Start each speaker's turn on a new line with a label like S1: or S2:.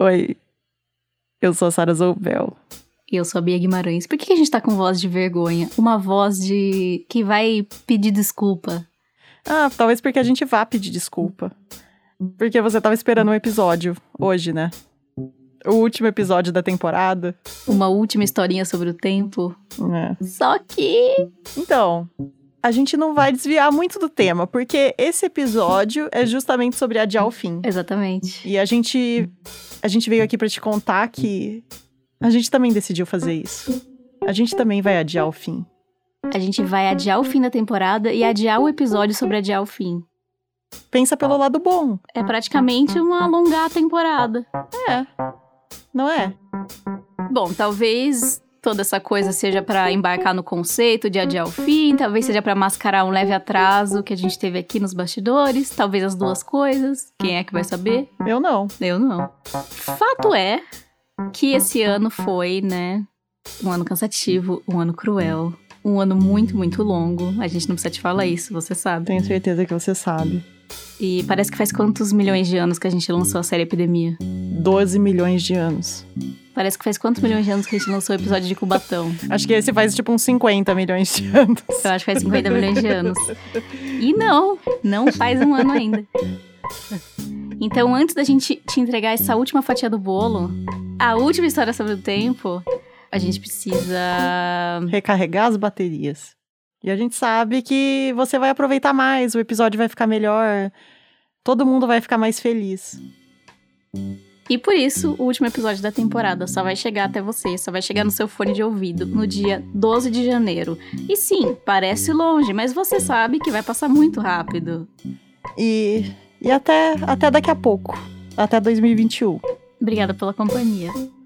S1: Oi, eu sou a Sara Zoubel.
S2: E eu sou a Bia Guimarães. Por que que a gente tá com voz de vergonha? Uma voz de. que vai pedir desculpa.
S1: Ah, talvez porque a gente vá pedir desculpa. Porque você tava esperando um episódio hoje, né? O último episódio da temporada.
S2: Uma última historinha sobre o tempo.
S1: né?
S2: Só que.
S1: Então, a gente não vai desviar muito do tema, porque esse episódio é justamente sobre adiar o fim.
S2: Exatamente.
S1: E a gente a gente veio aqui pra te contar que a gente também decidiu fazer isso. A gente também vai adiar o fim.
S2: A gente vai adiar o fim da temporada e adiar o episódio sobre adiar o fim.
S1: Pensa pelo lado bom,
S2: É praticamente uma alongar a temporada.
S1: não é?
S2: Bom, talvez toda essa coisa seja pra embarcar no conceito de adiar o fim, talvez seja pra mascarar um leve atraso que a gente teve aqui nos bastidores, talvez as duas coisas. Quem é que vai saber?
S1: Eu não.
S2: Eu não. Fato é que esse ano foi, né, um ano cansativo, um ano cruel, um ano muito, muito longo. A gente não precisa te falar isso, você sabe.
S1: Tenho certeza que você sabe.
S2: E parece que faz quantos milhões de anos que a gente lançou a série Epidemia?
S1: 12 milhões de anos.
S2: Parece que faz quantos milhões de anos que a gente lançou o episódio de Cubatão?
S1: Acho que esse faz tipo uns 50 milhões de anos.
S2: Eu acho que faz 50 milhões de anos. E não, não faz um ano ainda. Então, antes da gente te entregar essa última fatia do bolo, a última história sobre o tempo, a gente precisa.
S1: Então, Recarregar as baterias. E a gente sabe que você vai aproveitar mais, o episódio vai ficar melhor, todo mundo vai ficar mais feliz.
S2: E por isso, o último episódio da temporada só vai chegar até você, só vai chegar no seu fone de ouvido no dia 12 de janeiro. E sim, parece longe, mas você sabe que vai passar muito rápido.
S1: E, e um. até, até daqui a pouco. Até 2021.
S2: Obrigada pela companhia.